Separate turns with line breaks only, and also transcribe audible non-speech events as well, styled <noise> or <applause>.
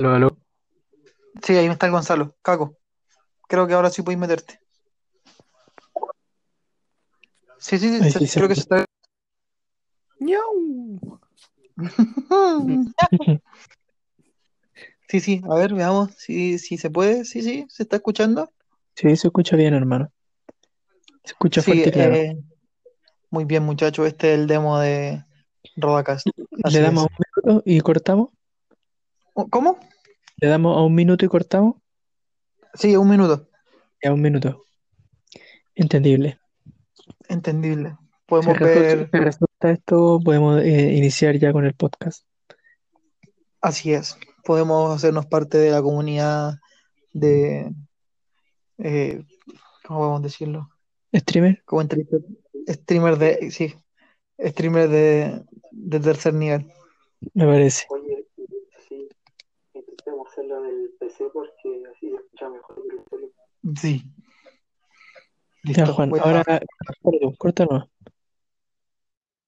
Aló, aló.
Sí, ahí está el Gonzalo. Caco, creo que ahora sí podéis meterte. Sí, sí, sí,
Ahí
se-
sí se
creo que se está.
Ñau.
<laughs> Sí, sí, a ver, veamos si, si se puede. Sí, sí, se está escuchando.
Sí, se escucha bien, hermano. Se escucha
Sí,
fuerte y claro.
eh, muy bien, muchachos. Este es el demo de Rodacast. así
Le damos a
es.
un minuto y cortamos.
¿Cómo?
Le damos a un minuto y cortamos.
Sí, un minuto.
Y a un minuto. Entendible.
Entendible.
Si
Podemos
resu-
ver.
si resulta esto, podemos eh, iniciar ya con el podcast.
Así es. Podemos hacernos parte de la comunidad de. eh, ¿cómo podemos decirlo?
¿Streamer?
como entre- streamer de sí, streamer de, de tercer nivel.
Me parece.
Oye, sí, intentemos hacerlo en el PC porque así se escucha mejor que el teléfono.
Sí.
Ya,
Listo.
Juan.
Voy a-
Ahora, corta, corta nomás.